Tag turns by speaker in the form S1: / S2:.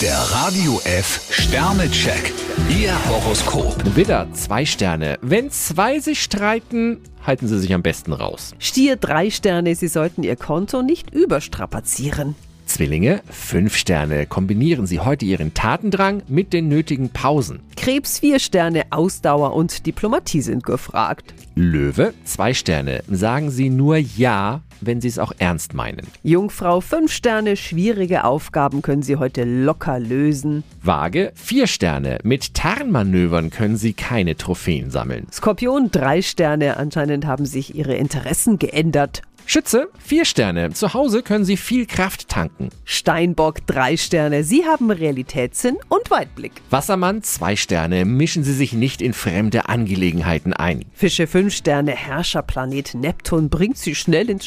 S1: Der Radio F Sternecheck. Ihr Horoskop.
S2: Widder, zwei Sterne. Wenn zwei sich streiten, halten sie sich am besten raus.
S3: Stier drei Sterne, Sie sollten Ihr Konto nicht überstrapazieren.
S2: Zwillinge, fünf Sterne. Kombinieren sie heute ihren Tatendrang mit den nötigen Pausen.
S3: Krebs vier Sterne, Ausdauer und Diplomatie sind gefragt.
S2: Löwe, zwei Sterne. Sagen sie nur Ja, wenn sie es auch ernst meinen.
S3: Jungfrau fünf Sterne, schwierige Aufgaben können Sie heute locker lösen.
S2: Waage, vier Sterne. Mit Tarnmanövern können sie keine Trophäen sammeln.
S3: Skorpion drei Sterne, anscheinend haben sich Ihre Interessen geändert.
S2: Schütze, vier Sterne. Zu Hause können sie viel Kraft tanken.
S3: Steinbock drei Sterne, Sie haben Realitätssinn und Weitblick.
S2: Wassermann, zwei Sterne. Mischen sie sich nicht in fremde Angelegenheiten ein.
S3: Fische fünf Sterne, Herrscherplanet Neptun bringt Sie schnell ins